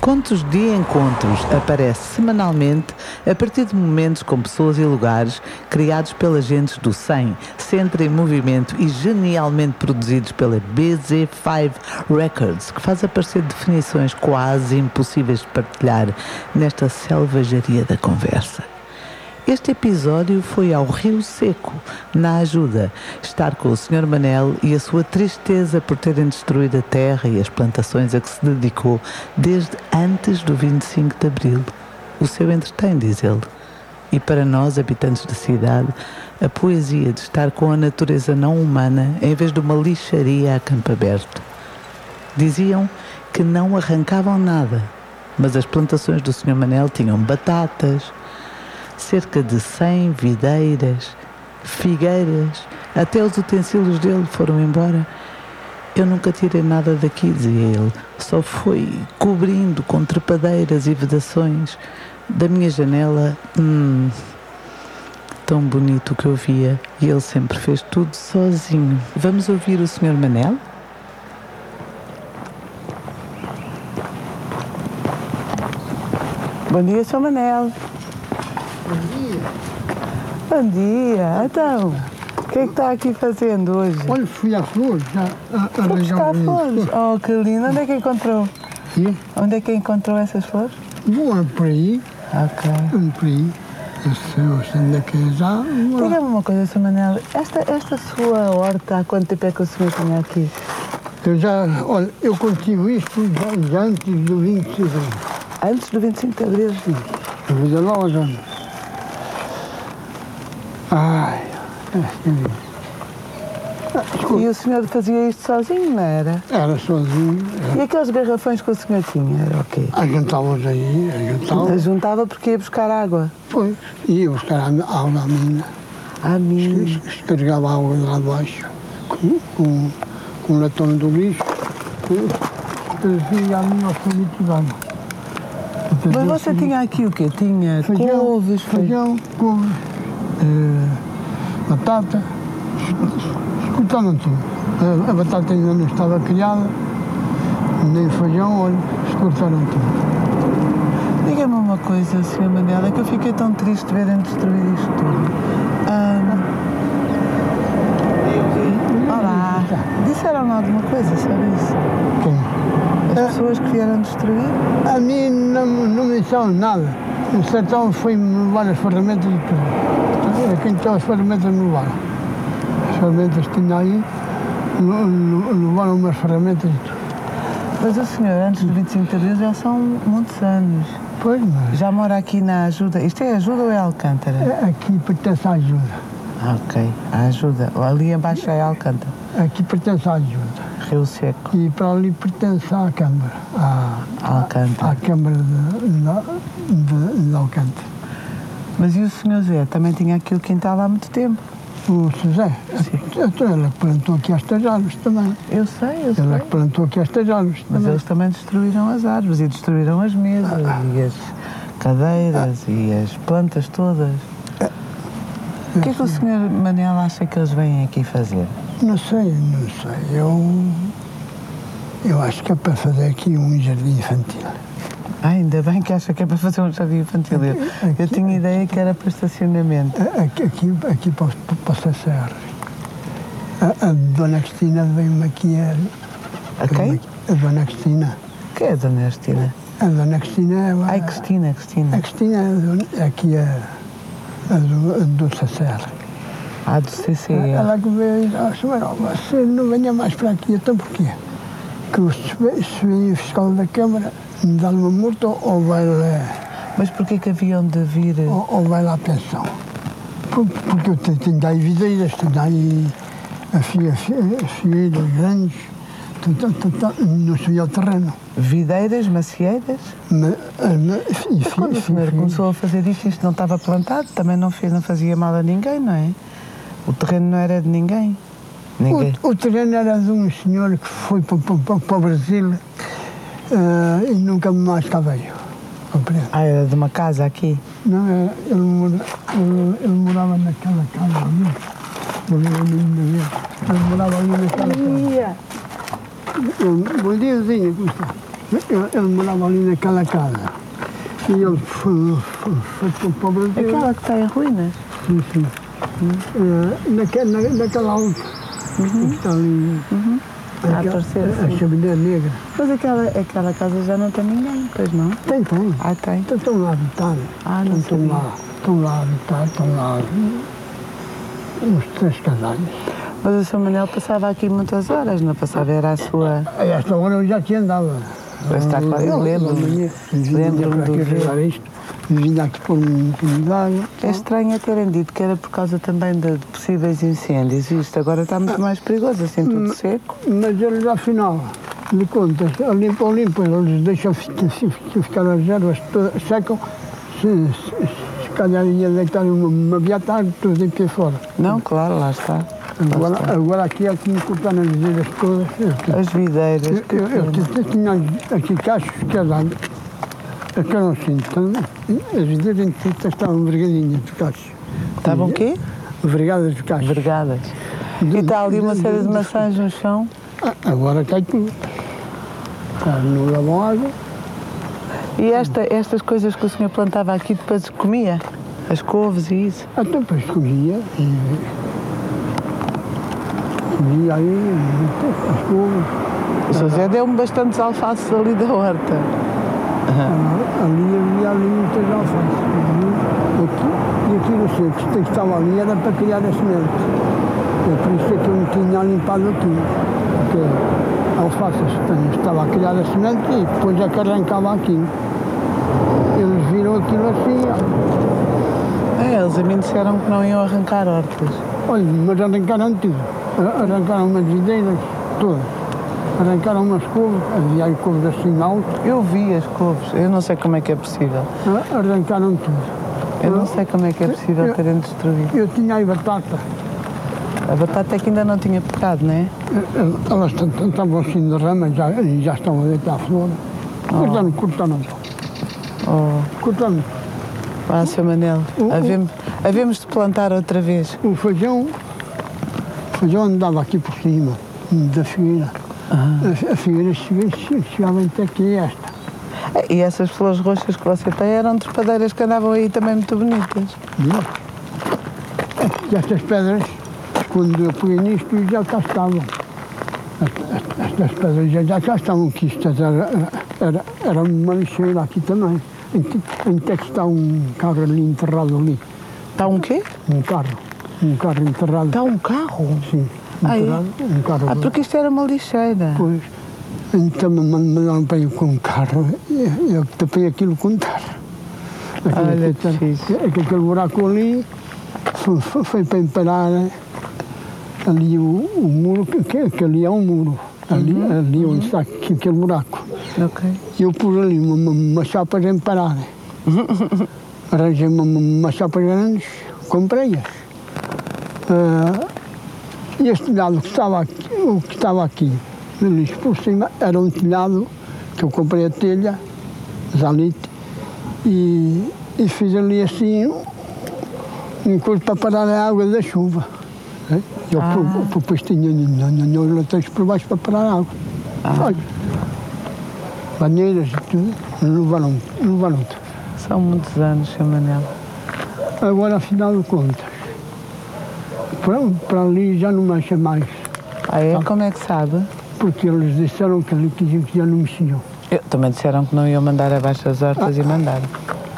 Contos de Encontros aparece semanalmente a partir de momentos com pessoas e lugares criados pela gente do 100, Centro em Movimento e genialmente produzidos pela BZ5 Records, que faz aparecer definições quase impossíveis de partilhar nesta selvageria da conversa. Este episódio foi ao Rio Seco, na ajuda, estar com o Sr. Manel e a sua tristeza por terem destruído a terra e as plantações a que se dedicou desde antes do 25 de Abril. O seu entretém, diz ele. E para nós, habitantes da cidade, a poesia de estar com a natureza não humana em vez de uma lixaria a campo aberto. Diziam que não arrancavam nada, mas as plantações do Sr. Manel tinham batatas, cerca de 100 videiras, figueiras, até os utensílios dele foram embora. Eu nunca tirei nada daqui, dizia ele, só foi cobrindo com trepadeiras e vedações. Da minha janela, hum, tão bonito o que eu via, e ele sempre fez tudo sozinho. Vamos ouvir o Sr. Manel? Bom dia, Sr. Manel. Bom dia, então, o que é que está aqui fazendo hoje? Olha, fui à flor, já a, a Vou arranjar buscar um flores. Oh, Carolina, onde é que encontrou? Sim. Onde é que encontrou essas flores? Vou ando por aí, Ok. ando por aí. Eu sei eu sei onde é que é já. vou lá. Diga-me uma coisa, Sr. Manel, esta, esta sua horta, há quanto tempo é que o senhor tinha aqui? Eu já, olha, eu cultivo isto já, já antes do 25 de abril. Antes do 25 de Abril? Eu vou da loja. Ai, esta vida. Ah, E escuta, o senhor fazia isto sozinho, não era? Era sozinho, E aqueles garrafões que o senhor tinha, era o quê? ajuntávamos aí, Ele ajuntávamos. Juntava porque ia buscar água. Pois, ia buscar a aula à mina. A mim. descarregava água lá abaixo com, com, com o latão do lixo. Trazia a minha alfabeta de água. Mas você tinha aqui o quê? Tinha feijão, couves, feijão. feijão, couve, eh, batata, es- escutaram tudo. A, a batata ainda não estava criada, nem o feijão, olha, escutaram tudo. Diga-me uma coisa, Sra. Manela, que eu fiquei tão triste de verem destruir isto tudo. Ah, Ahm, Olá. Disseram-me alguma coisa sobre isso? Quem? As pessoas que vieram destruir? A mim não, não me disseram nada. O sertão foi-me levar as ferramentas e tudo. Era quem tinha as ferramentas me levaram. As ferramentas que tinha aí, le- le- levaram-me as ferramentas e tudo. Mas o senhor, antes do 25 de abril, já são muitos anos. Pois, mas Já mora aqui na ajuda. Isto é ajuda ou é Alcântara? a- aqui pertence à ajuda. Ah, ok. A ajuda. Ali embaixo é Alcântara. Aqui pertence à ajuda. Rio Seco, E para ali pertence à Câmara, à, Alcântara. à Câmara de, de, de, de Alcântara. Mas e o senhor Zé? Também tinha aqui o quintal há muito tempo. O José, então ela que plantou aqui as tajadas também. Eu sei, eu sei. Ela que plantou aqui as tajadas Mas também. Ah, eles também destruíram as árvores e destruíram as mesas e as cadeiras e as plantas todas. O que é que o Sr. Manel acha que eles vêm aqui fazer? Não sei, não sei. Eu, eu acho que é para fazer aqui um jardim infantil. Ah, ainda bem que acha que é para fazer um jardim infantil. Eu, eu tinha ideia que era para estacionamento. A- Aqui, aqui, aqui para, os- para a serra. A, a Dona Cristina veio-me aqui a. A quem? A Dona Cristina. Quem é a Dona Cristina? A Dona Cristina é a. Ai, Cristina, A Cristina. Cristina é a dona- é aqui a, a, do, a do Sacerre. Ah, do CCE. Ela que veio e disse, oh, senhora, você não venha mais para aqui, então porquê? Que o se- se vem o fiscal da Câmara me dá-lhe uma multa ou vai lá. Mas porquê que haviam de vir? ou, ou vai lá à pensão. Por- Porque eu tenho, tenho daí videiras, tenho daí a filha, a filha Então, grandes, tu- tu- tu- tu- não subia ao terreno. Videiras, macieiras? Mas, ah, mas, e Mas quando o senhor começou a fazer isto, isto não estava plantado, também não, fez, não fazia mal a ninguém, não é? O terreno não era de ninguém. Ninguém. o, o terreno era de um senhor que foi para, para- para- para o Brasil ah, e nunca mais cá veio. Compreende? Ah, era de uma casa aqui. Não, era- ele, mora- ele- ele morava naquela casa ali. Morava ali na vila. Ele morava ali naquela casa. Bom dia. Eu- Bom dia, Zinha, como está? Ele, ele morava ali naquela casa. E ele foi, foi, foi para o Brasil. Aquela que está em ruínas. Sim, sim. Eh, naque- na- naquela altura. que Está ali. Mm-hmm. Ah, aquela- apareceu, a- sim. a chaminé negra. Mas aquela, aquela casa já não tem ninguém, pois não? Tem, tem. Ah, tem. Então estão lá a habitar. Ah, não Então estão sabia. lá, estão lá a habitar, estão lá uns três casais. Mas o Sr. Manuel passava aqui muitas horas, não passava? Era a sua. A esta hora eu já aqui andava. Pois está claro, eu lembro-me. é? Lembro-me Lembro-me do de ver. arranjar isto. Vinha aqui pôr um bocadinho de água. É estranho terem dito que era por causa também de possíveis incêndios. Isto agora está muito Ah. mais perigoso, assim tudo Hum. seco. Mas eles, afinal, de contas, limpam, limpam, eles deixam fi- fi- fi- ficar as ervas todas, secam. Se, se, se calhar ia deitar uma, uma beata, tudo tem que ir fora. Não, claro, lá está. Agora, agora aqui é que me cortaram as vidas todas. é. Eu- As videiras. que Eu, eu, pena. eu tinha aqui cachos que eram, que eram assim, então, as vidas estavam vergalhinhas de cachos. Estavam o quê? Vergadas de cachos. Vergadas. E está ali uma série de maçãs no chão. Ah, Agora cai tudo. Está no lavado. E esta, estas coisas que o senhor plantava aqui depois comia? As couves e isso? Até depois comia. E... Comia aí, as coisas. O Sr. José deu-me bastantes alfaces ali da horta. Ah, Ali havia ali muitas alfaces. E Aqui, e aqui no centro, que estava ali era para criar as sementes. É por isso é que eu não tinha limpado aqui. Porque alfaces portanto, estava a criar a semente e depois é que arrancava aquilo. Eles viram aquilo assim, ó. É, eles a mim disseram que não iam arrancar hortas. Olha, mas arrancaram tudo. Ar- Arrancaram umas videiras todas. Arrancaram umas couves, havia aí couves assim altas. Eu vi as couves, eu não sei como é que é possível. A- Arrancaram tudo. Eu não sei como é que é possível terem destruído. Eu tinha aí batata. A batata é que ainda não tinha pecado, não é? Eh, eh, Elas t- t- estavam assim de rama já, e já estão a deitar a flor. Cortaram, cortaram. Oh, Cortaram ah, Sr. Manel, Uh, uh. havemos, havemos de plantar outra vez. o feijão. O feijão andava aqui por cima da figueira. A, a figueira chegava, chegava até aqui esta. E essas flores roxas que você tem eram trepadeiras que andavam aí também muito bonitas. E estas pedras, quando eu peguei nisto, já cá estavam. Estas pedras já- já cá estavam, que isto era, era, era uma lixeira aqui também. Ent- Até que está um carro ali enterrado ali, Está um quê? um carro, um carro enterrado. Está um carro? Sim, Ah, é? enterrado, um carro. Ah, porque isto era uma lixeira. Depois, então me mandaram para ir com um carro, e eu tapei aquilo com um terra. Aquele, Olha que aquele, fixe. aquele, aquele buraco ali foi, foi, foi para emparar né? ali o, o muro, que, que- que ali é um muro, ali, Uhum. ali onde está aqui- aquele buraco. Ok. E eu pus ali uma, uma, uma chapa de emparar. Arranjei uma, uma, uma chapa grande, comprei-as. Ah, e este telhado que estava aqui, o que estava aqui, no lixo por cima, era um telhado que eu comprei a telha, zanite, e, e fiz ali assim um coisa para parar a água da chuva. né? Eu ah. depois tinha os latões por baixo para parar a água. Olha, banheiras e tudo, levaram, levaram tudo. São muitos anos, Sr. Manel. Agora, afinal de contas, para, para ali já não mexa mais, Ah, é? Como é que sabe? porque eles disseram que ali que já- que já não mexiam. Eu, também disseram que não iam mandar abaixo as hortas e mandaram.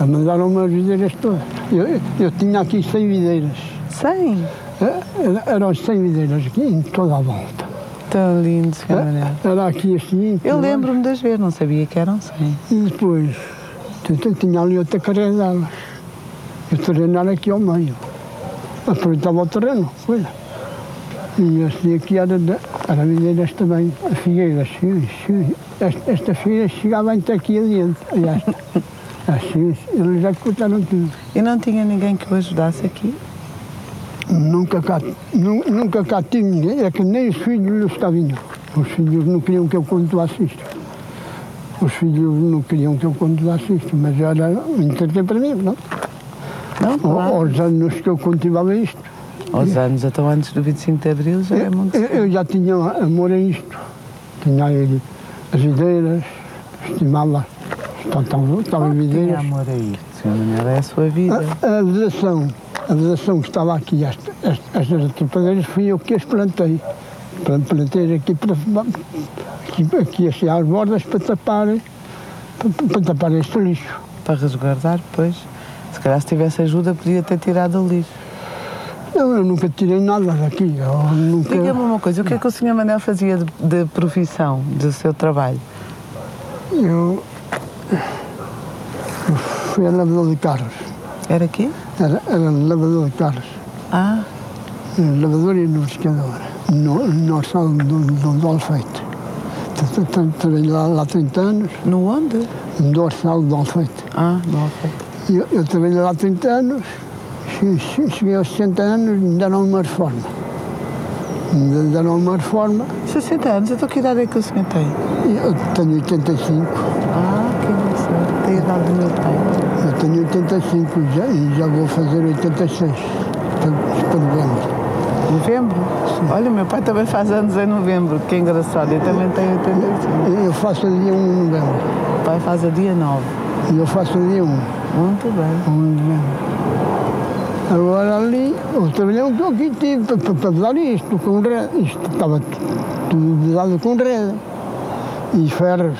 Ah, Mandaram-me as videiras todas. Eu, eu tinha aqui 100 videiras. Sem? Eh, era- Eram 100 videiras aqui em toda a volta. Tão lindo, Sr. Manel. Eh, Era aqui assim. Eu por lá. lembro-me das ver, não é? sabia que eram sem. E depois, então, tinha ali outra carreira delas. Eu terrenar aqui ao meio. Aproveitava o terreno, coisa. E assim aqui era, de, era videiras também, a figueira. che- che- Esta, esta figueira chegava até aqui adiante. E esta. Assim, eles já cortaram tudo. E não tinha ninguém que o ajudasse aqui? Nunca cá, nu- nunca cá tive ninguém, é que nem os filhos lhes cavinham. Os filhos não queriam que eu contasse isto. Os filhos não queriam que eu contasse isto, mas era um entreter para mim, não? Não, Ao- claro. Aos anos que eu cultivava isto, Aos anos, então antes do 25 de Abril já é eu, muito eu já tinha amor a isto. Tinha aí as ideiras, estimá-la. Estão tão, tão Tinha evidentes. amor a isto, Sr. Daniel, é a sua vida. A, a vedação, a vedação que estava aqui, esta- esta- estas atropadeiras, fui eu que as plantei. Plan- Plantei aqui, para, aqui, aqui assim às bordas para tapar, para, para tapar este lixo. Para resguardar, pois. Se calhar se tivesse ajuda, podia ter tirado o lixo. Eu, eu nunca tirei nada daqui. Eu nunca... Diga-me uma coisa, o que é que o Sr. Manel fazia de, de profissão, do seu trabalho? Eu, eu fui a lavador de carros. Era aqui? Era, era lavador de carros. Ah, Era Lavador e lubrificador. No, no sal um, do, do Dolfeito. Tra- tra- tra- Trabalhei lá, lá 30 anos, no onde? no dorsal do Alfeite. Ah, no Alfeite. Eu, eu trabalhei lá 30 anos, che- che- cheguei aos 60 anos, me deram uma reforma. Me deram uma reforma, 60 anos, então que idade é que o senhor tem? e eu tenho 85. Ah, que engraçado. Tem a idade do meu pai. Eu tenho 85 já, e já vou fazer 86. Portanto, Para novembro. Novembro? Olha, o meu pai também faz anos em novembro, que é engraçado. Eu também tenho 85. Eu- Eu faço dia 1 de novembro. O pai faz a dia 9. E eu faço um. dia 1, Muito bem. 1 de novembro. Agora ali, o trabalhão que eu aqui tive para, para, para dar isto, com rede. Isto estava tu- tudo dado com rede. E ferros.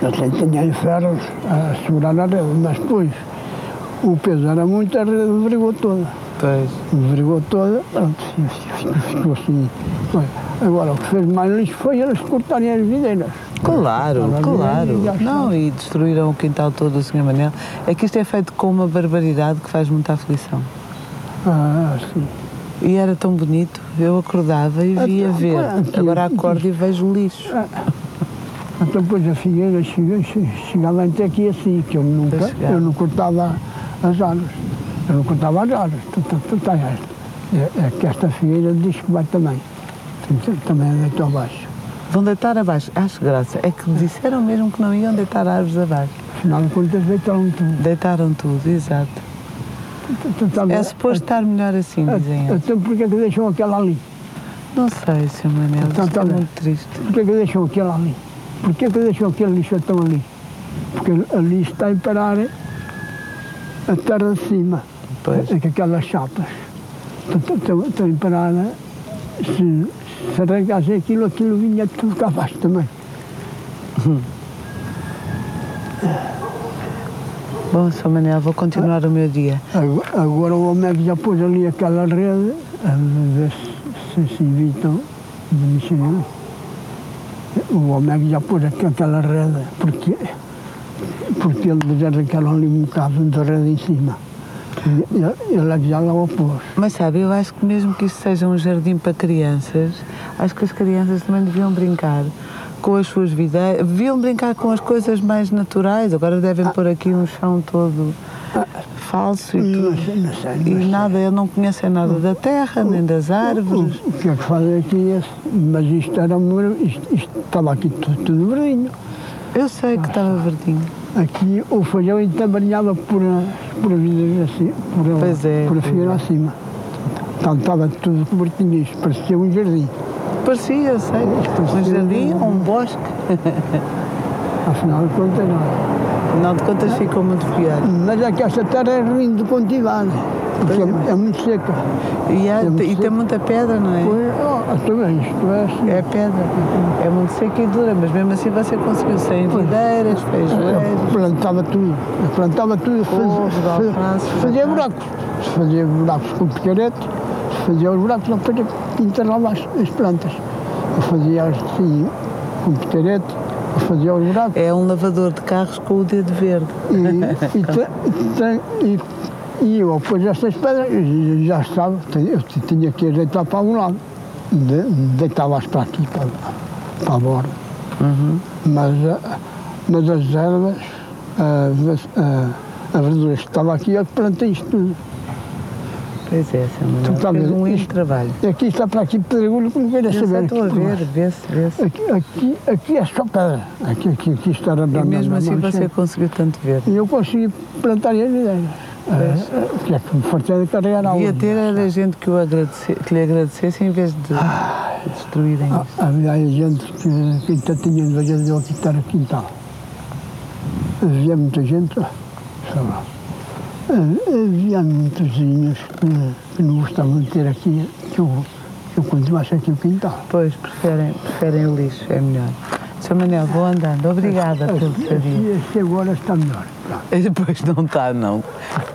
Eu sei que tinha aí ferros a segurar a rede, mas depois o peso era muito, a rede brigou toda. Pois. Desbrigou toda, pronto, ficou assim. Olha, Agora, o que fez mais lixo foi eles cortarem as videiras. Claro, Agora, claro. já está. Não, e destruíram o quintal todo do Sr. Manel. É que isto é feito com uma barbaridade que faz muita aflição. Ah, sim. E era tão bonito, eu acordava e via Então, ver. claro que- Agora acordo e vejo lixo. Então, depois a figueira chegou- che- chegava até aqui assim, que eu Pois nunca, chegava. eu não cortava as árvores. Eu não cortava as árvores. Tu- tu- tu tem esta. É, é que esta figueira diz que vai também. Então, Também deitou abaixo. Vão deitar abaixo. Acho graça. É que me disseram mesmo que não iam deitar árvores abaixo. Afinal de contas, deitaram tudo. Deitaram tudo, exato. Tu- tu- tu- É suposto estar melhor assim, dizem eles. Então, porquê que deixam aquela ali? Não sei, Sr. Manel, Então, isto tá é bem. muito triste. Porquê que deixam aquele ali? Porquê que deixam aquele lixo tão ali? Porque ali está a parar a terra de cima, Pois. é que aquelas chapas. Então, Estão- Estão estão a parar, a- se, se arrancassem aquilo, aquilo vinha tudo cá abaixo também. Bom, Sr. Manel, vou continuar o meu dia. Ago- Agora o homem é que já pôs ali aquela rede, a ver se se, se evitam de mexer nela. O homem é que já pôs aqui aquela rede, porque, porque eles arrancaram ali um bocado da rede em cima. E Ele ele é que já lá o pôs. Mas sabe, eu acho que mesmo que isto seja um jardim para crianças, acho que as crianças também deviam brincar com as suas vidas, deviam brincar com as coisas mais naturais. Agora devem pôr aqui um chão todo falso e Não tudo. sei, não sei. E não sei. nada, eu não conheço é nada da terra, nem das árvores. O que é que fazem aqui? é esse- Mas isto era um muro- isto, isto estava aqui tudo, tudo verdinho. Eu sei que estava verdinho. Aqui o feijão entabarinhava por a, por a vida assim, por a, Pois é, por a pois figueira é. acima. Então estava tudo cobertinho isto, parecia um jardim. Parecia, eu sei, um jardim ou um bosque. Afinal de contas, não. Afinal de contas ficou muito pior. Mas é que esta terra é ruim de cultivar, porque é, é muito seca. E, há- Temos e tem sempre- muita pedra, não é? Pois, oh, também isto é assim. É pedra. É muito seca e dura, mas mesmo assim você conseguiu sem videiras, É. Eu feijoeiras. plantava tudo, eu plantava tudo, Couves, fazia, fazia- alfaces, fazia batatas. buracos, Se fazia buracos com picarete, se fazia os buracos, depois enterrava as, as plantas. Eu fazia assim com picarete, eu fazia os buracos É um lavador de carros com o dedo verde. e, e, tra- e tra- e- e eu pus estas pedras, e já estava, eu t- tinha que deitar para um lado, De- deitava-as para aqui, para, para a borda. Uhum. Mas, ah, mas as ervas, ah, das- ah, a verdura que estava aqui, eu plantei isto tudo. Pois é, Sr. Manuel. Tu tá Fez vendo? um lindo trabalho. E aqui está para aqui pedregulho, como queira Eu saber. sei, estou a aqui por ver, baixo. vê-se, vê-se. Aqui, aqui, aqui é só pedra. Aqui, aqui, aqui está a E mesmo assim você cheia. conseguiu tanto ver. E eu consegui plantar as ideias. Ah, Que é que me fartei de carregar a Devia ter era gente que, o agradece- que lhe agradecesse em vez de destruírem isso. Ah. tá Havia gente que, que até tinha inveja de eu quitar o tá quintal. Havia muita gente, sei lá. Havia muitas linhas que, que não gostavam de ter aqui, que eu, que eu continuasse aqui o quintal. Pois, preferem, preferem o lixo, é melhor. Sr. Manuel, vou andando. Obrigada pelo Aqui- saber. aqui- aqui agora está melhor. tá. Pronto. Pois não está, não.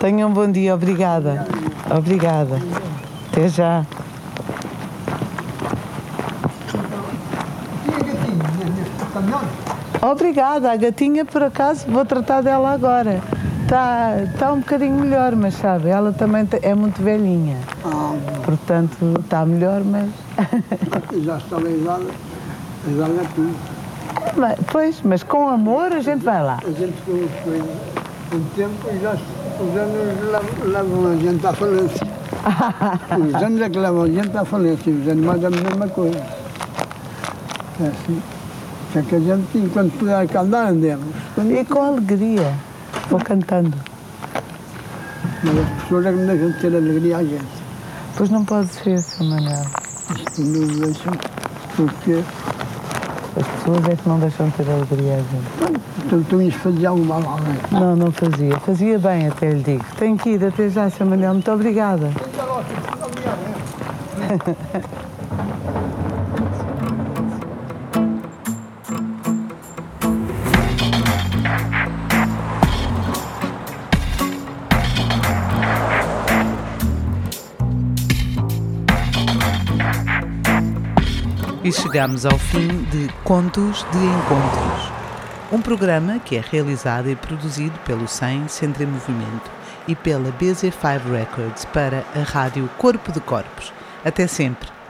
Tenham um bom dia, obrigada. Obrigada. Até já. Obrigada, a gatinha por acaso vou tratar dela agora. Está tá um bocadinho melhor, mas sabe, ela também te- é muito velhinha. Portanto, está melhor, mas. Ah, Já está leisada, leisada tudo. mas- Pois, mas com amor a gente vai lá. A gente com foi um tempo e já os anos lev- levam a gente à falência. Os anos é que levam a gente à falência, os animais é a mesma coisa. É assim. É que a gente, enquanto puder cá andar, andemos. Quando- E com alegria. Vou cantando. Mas as pessoas é que não deixam de ter alegria à gente. Pois não pode ser, Sr. Manuel. Isto não deixam, porque As pessoas é que não deixam de ter alegria, gente. então, tu ias fazer algo mal é? a alguém. Não, não fazia. Fazia bem, até lhe digo. Tenho que ir. Até já, Sr. Manuel. Muito obrigada. E chegamos ao fim de Contos de Encontros, um programa que é realizado e produzido pelo SEM Centro em Movimento e pela BZ5 Records para a rádio Corpo de Corpos. Até sempre!